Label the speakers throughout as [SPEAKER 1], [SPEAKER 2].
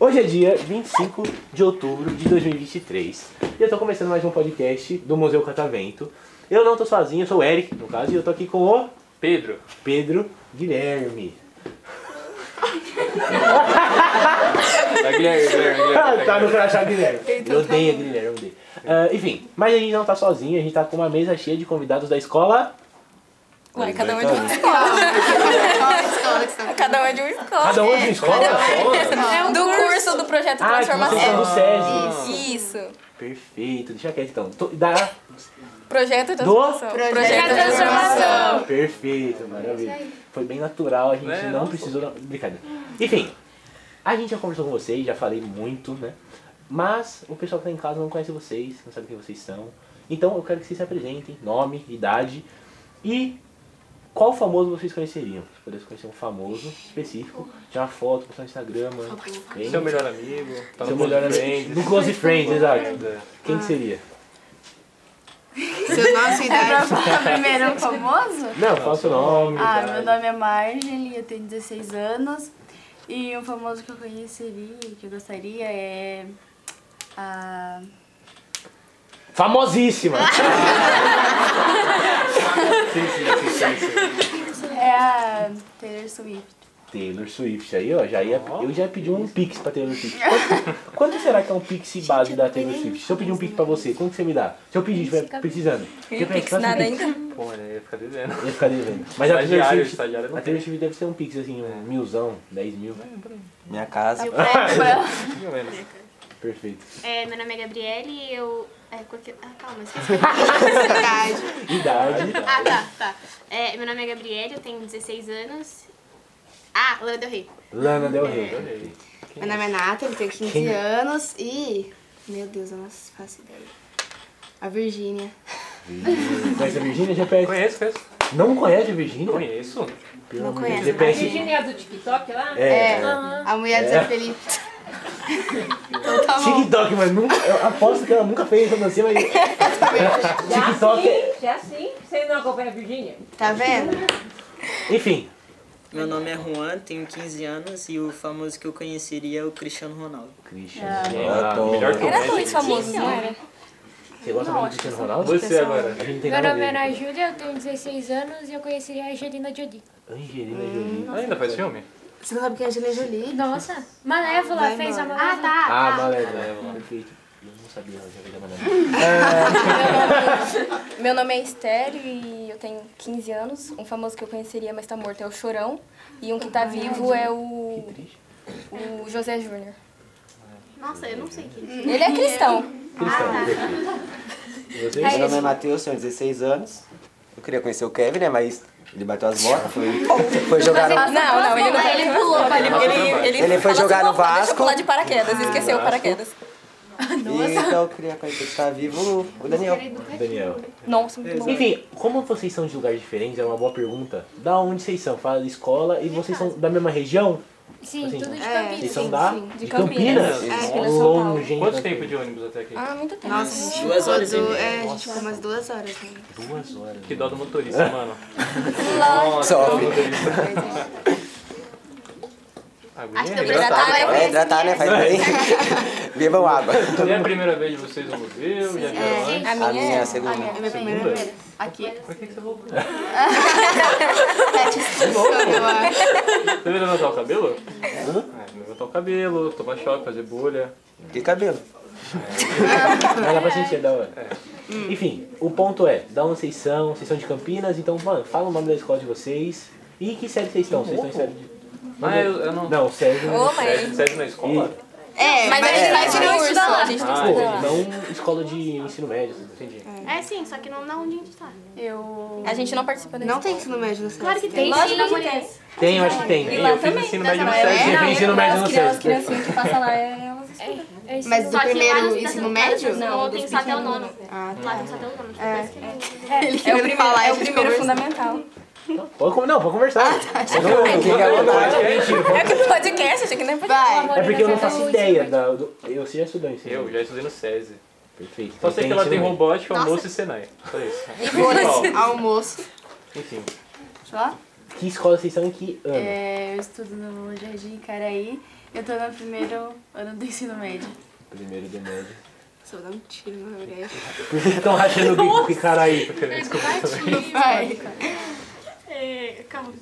[SPEAKER 1] Hoje é dia 25 de outubro de 2023 e eu tô começando mais um podcast do Museu Catavento. Eu não tô sozinho, eu sou o Eric, no caso, e eu tô aqui com o
[SPEAKER 2] Pedro,
[SPEAKER 1] Pedro Guilherme.
[SPEAKER 2] tá, Guilherme, Guilherme, Guilherme.
[SPEAKER 1] tá no crachá Guilherme. Eu odeio a Guilherme. eu odeio. Ah, enfim, mas a gente não tá sozinho, a gente tá com uma mesa cheia de convidados da escola.
[SPEAKER 3] Ué, cada um é de uma
[SPEAKER 1] Então,
[SPEAKER 3] escola.
[SPEAKER 4] escola que você tá
[SPEAKER 3] Cada um é de uma escola.
[SPEAKER 1] Cada um de escola?
[SPEAKER 3] É um do curso do projeto
[SPEAKER 1] Ah, que vocês são do
[SPEAKER 3] Transformação.
[SPEAKER 1] SESI.
[SPEAKER 3] Isso.
[SPEAKER 1] Perfeito, deixa quieto então. To- Da...
[SPEAKER 3] Projeto de Transformação.
[SPEAKER 4] Projeto
[SPEAKER 3] Projeto de Transformação.
[SPEAKER 1] Perfeito, maravilha. Foi bem natural, a gente
[SPEAKER 2] Né?
[SPEAKER 1] não
[SPEAKER 2] Não
[SPEAKER 1] precisou. não- Brincadeira. Enfim, a gente já conversou com vocês, já falei muito, né? Mas o pessoal que tá em casa não conhece vocês, não sabe quem vocês são. Então eu quero que vocês se apresentem, nome, idade e qual famoso vocês conheceriam. Se pudesse conhecer um famoso específico, tirar uma foto, postar no Instagram, mano. Bem,
[SPEAKER 2] Seu melhor amigo, tá
[SPEAKER 1] seu
[SPEAKER 2] no
[SPEAKER 1] melhor amigo.
[SPEAKER 2] Friends.
[SPEAKER 1] No Close Friends, exato.
[SPEAKER 2] É.
[SPEAKER 1] Quem seria?
[SPEAKER 4] Seu nome, sua idade.
[SPEAKER 5] Tá primeiro um famoso?
[SPEAKER 1] Não, fala seu nome.
[SPEAKER 5] Ah,
[SPEAKER 1] idade.
[SPEAKER 5] meu nome é Marjorie, eu tenho 16 anos. E um famoso que eu conheceria, que eu gostaria é. A.
[SPEAKER 1] Famosíssima!
[SPEAKER 2] Sim, sim, sim, sim, sim.
[SPEAKER 5] É a Taylor Swift.
[SPEAKER 1] Taylor Swift aí, ó, já ia, eu já pedi um pix pra Taylor Swift. Quanto, quanto será que é um pix base da Taylor Swift? Se eu pedir um pix pra você, quanto que você me dá? Se eu pedir, estiver precisando.
[SPEAKER 3] E
[SPEAKER 1] Porque
[SPEAKER 3] o Pix
[SPEAKER 1] faz um
[SPEAKER 3] nada
[SPEAKER 1] pix.
[SPEAKER 3] ainda.
[SPEAKER 2] Pô, né, ia ficar devendo.
[SPEAKER 1] Eu ia ficar devendo. Mas a Taylor
[SPEAKER 2] Estagiário,
[SPEAKER 1] Swift,
[SPEAKER 2] estagiário não
[SPEAKER 1] a Taylor Swift deve ser um pix assim, um milzão, 10 mil. né, Minha casa.
[SPEAKER 5] E o prêmio
[SPEAKER 2] Pelo menos.
[SPEAKER 1] Perfeito.
[SPEAKER 6] É, meu nome é Gabriele e eu. É, qualquer... Ah, calma, esqueci.
[SPEAKER 4] sua idade.
[SPEAKER 1] Idade.
[SPEAKER 6] ah, tá, tá. É, meu nome é Gabriele, eu tenho 16 anos. Ah, Lana Del Rey.
[SPEAKER 1] Lana Del Rey.
[SPEAKER 2] Perfeito.
[SPEAKER 4] Meu nome é Nathalie, tenho 15
[SPEAKER 1] Quem?
[SPEAKER 4] anos e... Meu Deus, eu não faço ideia. A Virgínia.
[SPEAKER 1] Conhece a Virgínia GPS?
[SPEAKER 2] Conheço, conheço.
[SPEAKER 1] Não conhece a Virgínia?
[SPEAKER 2] Conheço.
[SPEAKER 1] Pelo amor de
[SPEAKER 4] conheço.
[SPEAKER 1] Deus. GPS.
[SPEAKER 7] Virginia é do TikTok lá?
[SPEAKER 1] É.
[SPEAKER 4] A mulher do
[SPEAKER 3] É.
[SPEAKER 4] Zé Felipe. Então tá bom.
[SPEAKER 1] TikTok, mas nunca. Eu aposto que ela nunca fez essa dancinha, mas. TikTok é.
[SPEAKER 7] Sim, já sim. Você assim? não acompanha a Virginia?
[SPEAKER 4] Tá vendo?
[SPEAKER 1] Enfim,
[SPEAKER 8] Meu nome é Juan, tenho 15 anos e o famoso que eu conheceria é o Cristiano Ronaldo.
[SPEAKER 1] É, tá.
[SPEAKER 2] Melhor que o
[SPEAKER 3] Era
[SPEAKER 2] Magic.
[SPEAKER 3] dois famosos, né? não era?
[SPEAKER 1] Você gosta muito do Cristiano Ronaldo?
[SPEAKER 2] Você agora.
[SPEAKER 1] A gente tem
[SPEAKER 7] Meu
[SPEAKER 1] nada
[SPEAKER 7] nome é Ana
[SPEAKER 1] dele.
[SPEAKER 7] Júlia, eu tenho 16 anos e eu conheceria a Angelina Jolie.
[SPEAKER 1] Angelina Jolie.
[SPEAKER 2] Ainda faz filme?
[SPEAKER 4] Você não sabe quem é a Angelina Jolie?
[SPEAKER 7] Nossa, Malévola
[SPEAKER 4] Vai
[SPEAKER 7] fez a
[SPEAKER 4] embora.
[SPEAKER 7] Malévola.
[SPEAKER 1] Ah,
[SPEAKER 7] Ah,
[SPEAKER 2] É,
[SPEAKER 1] Malévola. Perfeito. Eu não sabia, eu já vi da Malévola.
[SPEAKER 3] Meu nome é Estélio e eu tenho 15 anos. Um famoso que eu conheceria, mas tá morto, é o Chorão. E um que tá vivo é o. O José Júnior.
[SPEAKER 6] Nossa, eu não sei quem. é.
[SPEAKER 3] Ele é cristão.
[SPEAKER 1] Cristão, perfeito.
[SPEAKER 9] Meu nome é Matheus, tenho 16 anos. Eu queria conhecer o Kevin, né? Mas ele bateu as botas, foi, foi jogar
[SPEAKER 6] é
[SPEAKER 3] Não,
[SPEAKER 9] no,
[SPEAKER 3] não, ele não tá Ele pulou, ele, ele,
[SPEAKER 9] Ele foi
[SPEAKER 3] assim, fala
[SPEAKER 9] jogar
[SPEAKER 3] assim,
[SPEAKER 9] no
[SPEAKER 3] "Opa, deixa eu
[SPEAKER 9] Vasco."
[SPEAKER 3] pular de paraquedas, esqueceu o paraquedas.
[SPEAKER 9] e então eu queria conhecer que tá vivo o Daniel.
[SPEAKER 1] Daniel.
[SPEAKER 3] Nossa, muito bom.
[SPEAKER 1] Enfim, como vocês são de lugares diferentes, é uma boa pergunta. Da onde vocês são? Fala da escola e vocês são da mesma região?
[SPEAKER 7] Sim,
[SPEAKER 1] Assim,
[SPEAKER 7] tudo de
[SPEAKER 4] é,
[SPEAKER 1] Vocês
[SPEAKER 7] Campinas.
[SPEAKER 1] são da?
[SPEAKER 4] sim.
[SPEAKER 3] De Campinas.
[SPEAKER 1] Campinas?
[SPEAKER 3] É,
[SPEAKER 1] Longe, hein?
[SPEAKER 2] Quanto tempo de ônibus até aqui?
[SPEAKER 3] Ah, muito tempo.
[SPEAKER 4] Nossa,
[SPEAKER 8] Duas horas e
[SPEAKER 4] du-
[SPEAKER 8] meia.
[SPEAKER 4] É, a gente ficou umas duas horas. Né?
[SPEAKER 1] Duas horas.
[SPEAKER 2] Que dó do motorista, mano.
[SPEAKER 9] Sofre.
[SPEAKER 6] Acho que eu
[SPEAKER 2] Aguinha.
[SPEAKER 6] preciso
[SPEAKER 4] tá,
[SPEAKER 3] Hidratar,
[SPEAKER 4] é
[SPEAKER 3] né?
[SPEAKER 9] Vai hidratar, né? Faz bem. Bebam água.
[SPEAKER 2] E é a primeira vez de vocês no museu? Já vieram antes?
[SPEAKER 3] A
[SPEAKER 9] A
[SPEAKER 3] minha
[SPEAKER 9] minha é
[SPEAKER 3] é.
[SPEAKER 9] a segunda.
[SPEAKER 4] É minha primeira vez.
[SPEAKER 5] Aqui.
[SPEAKER 2] Por que que você voltou?
[SPEAKER 4] Eu acho.
[SPEAKER 2] Você veio levantar o cabelo? É, levantar o cabelo, tomar choque, fazer bolha.
[SPEAKER 9] E cabelo.
[SPEAKER 1] Mas dá pra sentir, é da hora. Enfim, o ponto é, da onde vocês são? Vocês são de Campinas? Então, mano, fala o nome da escola de vocês. E em que série vocês estão? Vocês estão em série de...
[SPEAKER 2] Ah, eu, eu não.
[SPEAKER 1] Não, série de...
[SPEAKER 3] Ô, mãe.
[SPEAKER 2] Sede, sede na escola?
[SPEAKER 4] É,
[SPEAKER 3] Mas a gente vai um de curso, a gente
[SPEAKER 2] Ah,
[SPEAKER 1] Pô,
[SPEAKER 2] entendi.
[SPEAKER 1] não então, escola de ensino médio, assim, entendi.
[SPEAKER 6] É sim, só que não na onde a gente tá.
[SPEAKER 5] Eu.
[SPEAKER 3] A gente não participa desse.
[SPEAKER 4] Não tem ensino médio no céu.
[SPEAKER 6] Claro que tem,
[SPEAKER 3] Lógico
[SPEAKER 6] sim,
[SPEAKER 3] que
[SPEAKER 6] mulher.
[SPEAKER 1] Tem, eu acho que tem.
[SPEAKER 3] E
[SPEAKER 2] Eu
[SPEAKER 3] lá
[SPEAKER 2] fiz
[SPEAKER 3] também.
[SPEAKER 2] ensino médio no
[SPEAKER 4] Dessa
[SPEAKER 2] SESI.
[SPEAKER 1] Eu fiz ensino médio no
[SPEAKER 3] As
[SPEAKER 1] SESI.
[SPEAKER 3] criancinhas que passam lá, é, elas estudam.
[SPEAKER 7] É isso.
[SPEAKER 4] Mas do
[SPEAKER 6] Só que lá
[SPEAKER 4] primeiro
[SPEAKER 6] no-
[SPEAKER 4] ensino
[SPEAKER 6] nas-
[SPEAKER 4] médio?
[SPEAKER 6] Não, tem só até o nono.
[SPEAKER 4] Ah,
[SPEAKER 6] Lá tem só até o nono. depois que-
[SPEAKER 3] É o primeiro,
[SPEAKER 4] falar,
[SPEAKER 3] é
[SPEAKER 4] a
[SPEAKER 3] o
[SPEAKER 4] gente
[SPEAKER 3] primeiro
[SPEAKER 4] conversa.
[SPEAKER 3] fundamental.
[SPEAKER 1] Pode, com- não, pode conversar.
[SPEAKER 9] Quem quer vontade?
[SPEAKER 3] É que podcast, achei que nem podcast.
[SPEAKER 4] Vai.
[SPEAKER 1] É porque eu não faço ideia. Da, do, eu, você já estudou em
[SPEAKER 2] Eu já estudei no SESI.
[SPEAKER 1] Perfeito.
[SPEAKER 2] Só sei que ela tem
[SPEAKER 1] ensino médio.
[SPEAKER 2] robótica,
[SPEAKER 6] Nossa.
[SPEAKER 2] almoço e Senai. Só isso.
[SPEAKER 6] E vôlei.
[SPEAKER 2] Principal.
[SPEAKER 4] Almoço.
[SPEAKER 2] Enfim.
[SPEAKER 5] Só?
[SPEAKER 1] Que escola vocês são em que ano?
[SPEAKER 5] É, eu estudo no Jardim Caraí. Eu tô no primeiro ano do ensino médio.
[SPEAKER 1] Primeiro de médio.
[SPEAKER 4] Só dá um tiro na orelha.
[SPEAKER 1] Por que estão rachando o bico que caralho?
[SPEAKER 6] É, calma.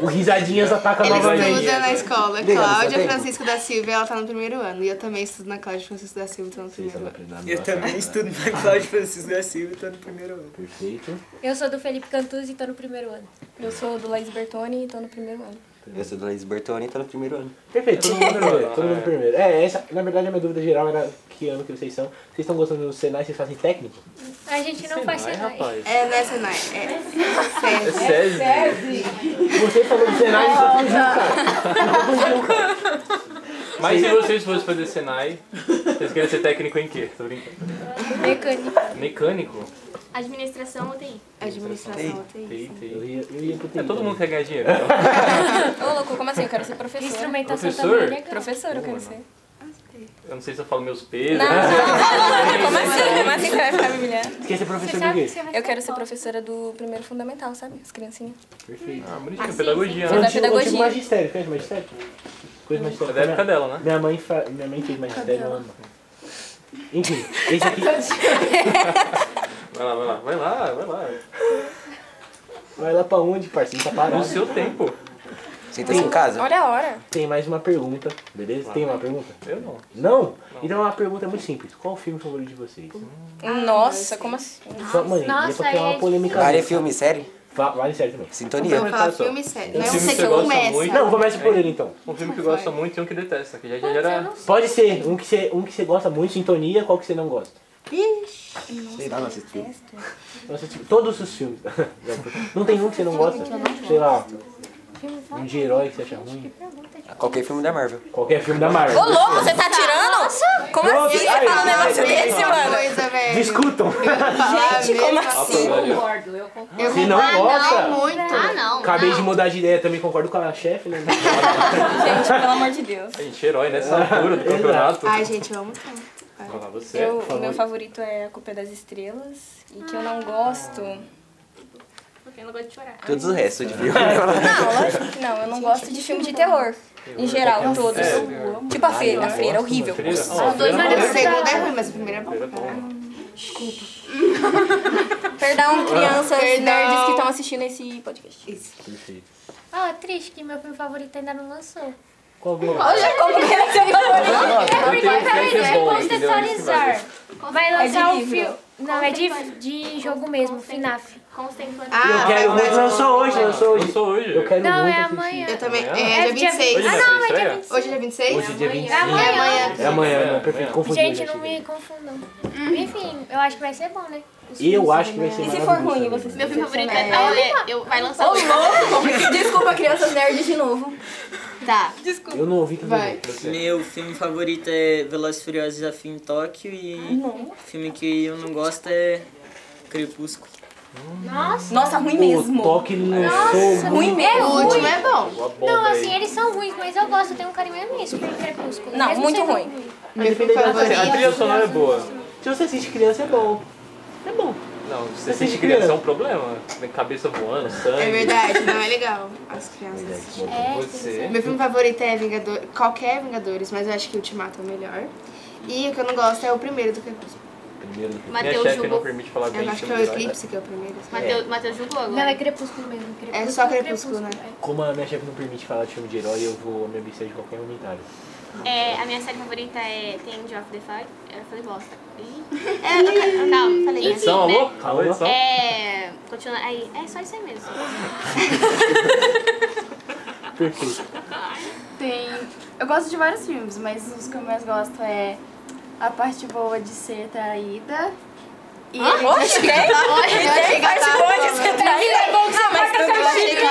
[SPEAKER 1] O risadinhas ataca
[SPEAKER 4] Ele
[SPEAKER 1] novamente.
[SPEAKER 4] estuda na escola
[SPEAKER 9] Liga, você
[SPEAKER 4] Cláudia
[SPEAKER 9] tem?
[SPEAKER 4] Francisco da Silva e ela tá no primeiro ano. E eu também estudo na Cláudia Francisco da Silva e tô no
[SPEAKER 1] Vocês
[SPEAKER 4] primeiro
[SPEAKER 1] estão
[SPEAKER 4] ano.
[SPEAKER 1] aprendendo
[SPEAKER 8] Eu
[SPEAKER 1] bastante,
[SPEAKER 8] também
[SPEAKER 1] né?
[SPEAKER 8] estudo na Cláudia Francisco da Silva e tô no primeiro ano.
[SPEAKER 1] Perfeito.
[SPEAKER 7] Eu sou do Felipe Cantuz e tô no primeiro ano.
[SPEAKER 3] Eu sou do Laís Bertoni e tô no primeiro ano.
[SPEAKER 9] Eu sou do Laís Bertoni e tô no primeiro ano.
[SPEAKER 1] Perfeito, todo mundo primeiro. Todo mundo
[SPEAKER 2] É.
[SPEAKER 1] primeiro. É, essa, na verdade, a minha dúvida geral era que ano que vocês são. Vocês estão gostando do Senai, vocês fazem técnico?
[SPEAKER 7] A gente não faz Senai.
[SPEAKER 2] rapaz.
[SPEAKER 4] É, né, Senai? É.
[SPEAKER 2] É SESI.
[SPEAKER 1] Você falou do Senai, eu tô junto, cara.
[SPEAKER 2] Mas se vocês fossem fazer Senai, vocês querem ser técnico em quê? Tô brincando.
[SPEAKER 7] Mecânico.
[SPEAKER 2] Mecânico?
[SPEAKER 6] Administração UTI.
[SPEAKER 4] É. Administração UTI.
[SPEAKER 2] TI,
[SPEAKER 1] Eu
[SPEAKER 2] TI.
[SPEAKER 1] ia, eu ia pro
[SPEAKER 2] É,
[SPEAKER 1] TI.
[SPEAKER 2] todo mundo quer ganhar dinheiro. então.
[SPEAKER 3] Ô, louco, como assim? Eu quero ser professora.
[SPEAKER 7] Instrumentação
[SPEAKER 2] Professor?
[SPEAKER 7] também é legal.
[SPEAKER 3] Professora, eu quero ser.
[SPEAKER 2] Eu não sei se eu falo meus pesos.
[SPEAKER 3] Não, não, como assim? Como assim você vai ficar me humilhando?
[SPEAKER 1] Quer ser professor
[SPEAKER 7] Você
[SPEAKER 1] de
[SPEAKER 7] sabe
[SPEAKER 1] quê?
[SPEAKER 7] que você vai
[SPEAKER 3] Eu quero ser professora do primeiro fundamental, sabe? As criancinhas.
[SPEAKER 1] Perfeito.
[SPEAKER 2] Ah, bonitinho,
[SPEAKER 7] é
[SPEAKER 2] pedagogia,
[SPEAKER 1] Eu
[SPEAKER 3] Você
[SPEAKER 2] né?
[SPEAKER 3] da
[SPEAKER 1] tive, eu tive
[SPEAKER 3] pedagogia.
[SPEAKER 1] magistério, conhece magistério? Coisa magistério.
[SPEAKER 2] É da época dela, né?
[SPEAKER 1] Minha mãe, fa... minha mãe fez magistério, ela ama. Enfim, esse aqui.
[SPEAKER 2] Vai lá, vai lá, vai lá, vai lá.
[SPEAKER 1] Vai lá pra onde, parceiro? Tá parado.
[SPEAKER 2] No seu tempo.
[SPEAKER 9] Senta-se em casa.
[SPEAKER 3] Olha a hora.
[SPEAKER 1] Tem mais uma pergunta, beleza? Tem uma pergunta?
[SPEAKER 2] Eu não.
[SPEAKER 1] Não? Então é uma pergunta muito simples. Qual o filme favorito de vocês?
[SPEAKER 3] Ah, Nossa, como assim?
[SPEAKER 1] Só, mãe,
[SPEAKER 7] Nossa,
[SPEAKER 1] depois tem uma
[SPEAKER 7] é
[SPEAKER 1] polêmica.
[SPEAKER 9] Várias filme, série,
[SPEAKER 1] Va- Vale sério também.
[SPEAKER 9] sintonia.
[SPEAKER 4] Então, Vamos falar filme e série. Não é
[SPEAKER 2] filme
[SPEAKER 4] um
[SPEAKER 2] que
[SPEAKER 4] sei
[SPEAKER 2] você
[SPEAKER 4] que
[SPEAKER 2] gosta
[SPEAKER 4] começa.
[SPEAKER 2] muito.
[SPEAKER 1] Não, começa por ele então.
[SPEAKER 2] Um filme que eu gosto muito e um que detesta, que já, já era.
[SPEAKER 1] Pode ser um que você, um que você gosta muito, sintonia, qual que você não gosta?
[SPEAKER 9] Sei lá, não assisto filme.
[SPEAKER 1] Nossa, tipo, todos os filmes. Não tem um que você não gosta? Sei lá. Um de herói que você acha ruim.
[SPEAKER 9] Qualquer filme da Marvel.
[SPEAKER 1] Qualquer filme da Marvel.
[SPEAKER 3] Ô, louco, você tá tirando? Como
[SPEAKER 1] Nossa,
[SPEAKER 3] assim
[SPEAKER 1] ai,
[SPEAKER 3] você fala um
[SPEAKER 1] ai,
[SPEAKER 3] negócio
[SPEAKER 1] ai,
[SPEAKER 3] desse, mano?
[SPEAKER 4] Coisa, velho.
[SPEAKER 1] Discutam.
[SPEAKER 4] Falar
[SPEAKER 3] Gente, como
[SPEAKER 4] mesmo.
[SPEAKER 2] Sim.
[SPEAKER 7] Concordo, eu concordo.
[SPEAKER 4] Eu
[SPEAKER 1] Se
[SPEAKER 4] vou
[SPEAKER 1] não
[SPEAKER 4] falar
[SPEAKER 1] gosta.
[SPEAKER 4] muito.
[SPEAKER 6] Ah, não.
[SPEAKER 1] Acabei
[SPEAKER 6] não.
[SPEAKER 1] de mudar de ideia, também concordo com a chefe, né?
[SPEAKER 3] Gente, pelo amor de Deus.
[SPEAKER 2] Gente, herói nessa altura do campeonato.
[SPEAKER 4] Ai, gente, eu amo tanto.
[SPEAKER 2] Vai lá,
[SPEAKER 1] É,
[SPEAKER 2] você.
[SPEAKER 3] Eu, o meu favorito é A Culpa é das Estrelas. E que eu Ah. não gosto.
[SPEAKER 6] Porque eu não gosto de chorar.
[SPEAKER 9] Todos os restos de filme.
[SPEAKER 3] Não, lógico que não. Eu não gosto de filme de terror. Em geral, todos. Tipo a freira. A freira é horrível.
[SPEAKER 2] Feliz? Ó,
[SPEAKER 7] Dois
[SPEAKER 4] O
[SPEAKER 7] maridos.
[SPEAKER 4] segundo é ruim, mas o primeiro é bom.
[SPEAKER 2] primeiro é bom.
[SPEAKER 3] Perdão, crianças
[SPEAKER 4] Perdão.
[SPEAKER 3] nerds que estão assistindo esse podcast.
[SPEAKER 4] Isso.
[SPEAKER 1] Perfeito.
[SPEAKER 7] Ah, triste que meu filme favorito ainda não lançou.
[SPEAKER 1] Qual que é?
[SPEAKER 3] Olha como que é seu
[SPEAKER 2] Eu tenho um flash
[SPEAKER 7] Peraí,
[SPEAKER 2] bom, entendeu?
[SPEAKER 7] vou
[SPEAKER 2] É isso que
[SPEAKER 7] contextualizar.
[SPEAKER 2] vale.
[SPEAKER 7] Vai lançar
[SPEAKER 3] É de
[SPEAKER 7] um filme.
[SPEAKER 3] livro.
[SPEAKER 7] Não, é de, de jogo mesmo, FNAF.
[SPEAKER 6] Contemplando.
[SPEAKER 1] Eu
[SPEAKER 4] Ah,
[SPEAKER 1] quero
[SPEAKER 4] mas-
[SPEAKER 1] muito, lançou hoje, lançou hoje.
[SPEAKER 2] Lançou hoje.
[SPEAKER 1] Eu quero
[SPEAKER 7] Não,
[SPEAKER 1] muito
[SPEAKER 7] é
[SPEAKER 1] assistir.
[SPEAKER 7] amanhã.
[SPEAKER 4] Eu também.
[SPEAKER 2] Amanhã?
[SPEAKER 4] É,
[SPEAKER 7] É
[SPEAKER 4] dia
[SPEAKER 7] dia
[SPEAKER 4] 26.
[SPEAKER 2] Hoje
[SPEAKER 7] Ah,
[SPEAKER 2] vai
[SPEAKER 7] não,
[SPEAKER 2] ser
[SPEAKER 7] é dia
[SPEAKER 2] estreia?
[SPEAKER 7] 25.
[SPEAKER 4] Hoje é dia 26?
[SPEAKER 1] Hoje, dia 25.
[SPEAKER 4] É
[SPEAKER 7] amanhã.
[SPEAKER 4] amanhã.
[SPEAKER 1] É amanhã,
[SPEAKER 2] É,
[SPEAKER 1] né? Perfeito,
[SPEAKER 2] amanhã.
[SPEAKER 1] confundi.
[SPEAKER 7] Gente,
[SPEAKER 1] eu já
[SPEAKER 7] não
[SPEAKER 1] cheguei.
[SPEAKER 7] me confundam. Enfim, eu acho que vai ser bom, né?
[SPEAKER 1] Eu acho que vai ser
[SPEAKER 3] E se for
[SPEAKER 1] maravilhoso
[SPEAKER 3] ruim,
[SPEAKER 1] também.
[SPEAKER 3] você se
[SPEAKER 6] Meu filme favorito é,
[SPEAKER 3] decepciona?
[SPEAKER 6] é, eu Vai lançar hoje.
[SPEAKER 3] Desculpa, crianças nerds de novo.
[SPEAKER 6] Tá.
[SPEAKER 1] Eu não ouvi que
[SPEAKER 4] Vai.
[SPEAKER 8] Meu filme favorito é Velozes e Furiosos Desafio em Tóquio e filme que eu não gosto é Crepúsculo.
[SPEAKER 7] Nossa.
[SPEAKER 3] Nossa, ruim
[SPEAKER 1] O
[SPEAKER 3] mesmo.
[SPEAKER 1] toque lançou muito.
[SPEAKER 3] Ruim mesmo.
[SPEAKER 4] O último é bom.
[SPEAKER 2] Uma bomba
[SPEAKER 7] Não,
[SPEAKER 2] aí.
[SPEAKER 7] assim, eles são ruins, mas eu gosto, eu tenho um carinho imenso pelo Crepúsculo.
[SPEAKER 3] Não,
[SPEAKER 7] mesmo
[SPEAKER 3] muito
[SPEAKER 7] sendo
[SPEAKER 3] ruim.
[SPEAKER 4] Meu filme
[SPEAKER 2] A
[SPEAKER 4] favorito.
[SPEAKER 2] trilha sonora é boa.
[SPEAKER 1] Se você assiste criança, é bom. É bom.
[SPEAKER 2] Não, você assiste criança é um problema. Tem Cabeça voando, sangue.
[SPEAKER 4] É verdade, não é legal. As crianças.
[SPEAKER 7] É,
[SPEAKER 2] Você.
[SPEAKER 4] Meu filme favorito é Vingador, qualquer Vingadores, mas eu acho que Ultimato é o melhor. E o que eu não gosto é o primeiro do Crepúsculo.
[SPEAKER 1] Primeiro do
[SPEAKER 2] Minha
[SPEAKER 6] Matheus
[SPEAKER 2] chefe não
[SPEAKER 6] julgou.
[SPEAKER 2] permite falar bem
[SPEAKER 4] Eu
[SPEAKER 2] de
[SPEAKER 4] acho que é
[SPEAKER 2] filme
[SPEAKER 4] o
[SPEAKER 2] de um herói. né?
[SPEAKER 4] Eclipse que é o primeiro. assim.
[SPEAKER 6] Matheus, Matheus julgou agora.
[SPEAKER 7] Não, é Crepúsculo mesmo.
[SPEAKER 4] É só Crepúsculo, né?
[SPEAKER 1] Como a minha chefe não permite falar de filme de herói, eu vou me abster de qualquer comentário.
[SPEAKER 6] É, a minha série favorita é The End of the Fight. Eu falei bosta. Ih. É, eu quero- calma, falei.
[SPEAKER 2] Edição,
[SPEAKER 6] Enfim,
[SPEAKER 2] alô?
[SPEAKER 6] né?
[SPEAKER 2] Alô, edição?
[SPEAKER 6] É. Continua. Aí, é só isso aí mesmo.
[SPEAKER 1] Perfeito.
[SPEAKER 5] Tem. Eu gosto de vários filmes, mas os que eu mais gosto é A Parte Boa de Ser Traída. E
[SPEAKER 3] Oxe, tem? Tem parte boa de ser traída. Ah, mas tu tem chifre,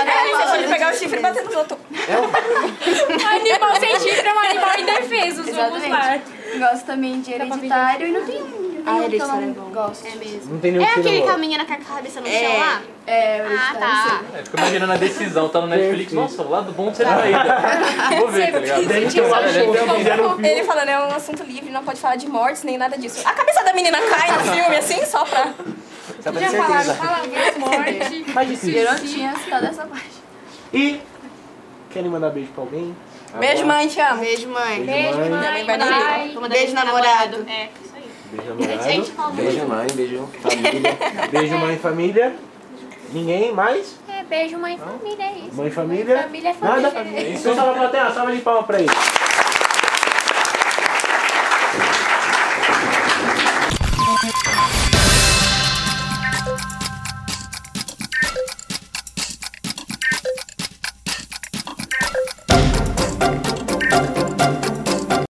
[SPEAKER 3] né? Você pode pegar o chifre e bater nos outros.
[SPEAKER 7] Animal sem chifre é um animal indefeso,
[SPEAKER 5] Exatamente. Gosto também de Hereditário e não tem um
[SPEAKER 4] Ah,
[SPEAKER 5] nenhum que eu
[SPEAKER 4] Hereditário é
[SPEAKER 5] não
[SPEAKER 4] bom.
[SPEAKER 5] gosto.
[SPEAKER 6] É mesmo.
[SPEAKER 1] Não tem nenhum
[SPEAKER 6] É
[SPEAKER 1] que você
[SPEAKER 6] aquele
[SPEAKER 1] não
[SPEAKER 6] que a
[SPEAKER 1] gosta.
[SPEAKER 6] menina com a cabeça no
[SPEAKER 4] É.
[SPEAKER 6] chão lá?
[SPEAKER 5] É, o
[SPEAKER 6] Ah,
[SPEAKER 5] Hereditário, sim.
[SPEAKER 6] tá.
[SPEAKER 2] É, fico imaginando a decisão, tá no Netflix. Nossa, o lado bom de ser traída. Vou ver, tá ligado?
[SPEAKER 1] Daí que eu acho que eles fizeram um filme.
[SPEAKER 3] Ele falando, é um assunto livre, não pode falar de mortes nem nada disso. A cabeça da menina cai no filme, assim, só pra.
[SPEAKER 9] Só pra ter
[SPEAKER 7] Já falaram
[SPEAKER 9] certeza.
[SPEAKER 7] palavrão,
[SPEAKER 3] Tá
[SPEAKER 7] morte.
[SPEAKER 1] Mas difícil.
[SPEAKER 5] Eu não tinha citado essa parte.
[SPEAKER 1] E querem mandar beijo pra alguém?
[SPEAKER 3] Beijo, mãe, te amo.
[SPEAKER 4] É, Beijo, mãe.
[SPEAKER 1] Beijo, mãe.
[SPEAKER 3] Também vai dormir.
[SPEAKER 6] Ai, vou mandar
[SPEAKER 4] Beijo,
[SPEAKER 6] pro
[SPEAKER 4] namorado.
[SPEAKER 6] É, isso aí.
[SPEAKER 1] Beijo, namorado.
[SPEAKER 6] Gente, fala
[SPEAKER 9] Beijo, mãe. Beijo, família.
[SPEAKER 1] Beijo, mãe e família. Ninguém mais?
[SPEAKER 7] É, beijo, mãe e família, é isso.
[SPEAKER 1] Mãe e família?
[SPEAKER 7] Família é
[SPEAKER 1] Nada?
[SPEAKER 7] família.
[SPEAKER 1] Então, salva pra terra, salva de palma pra ele.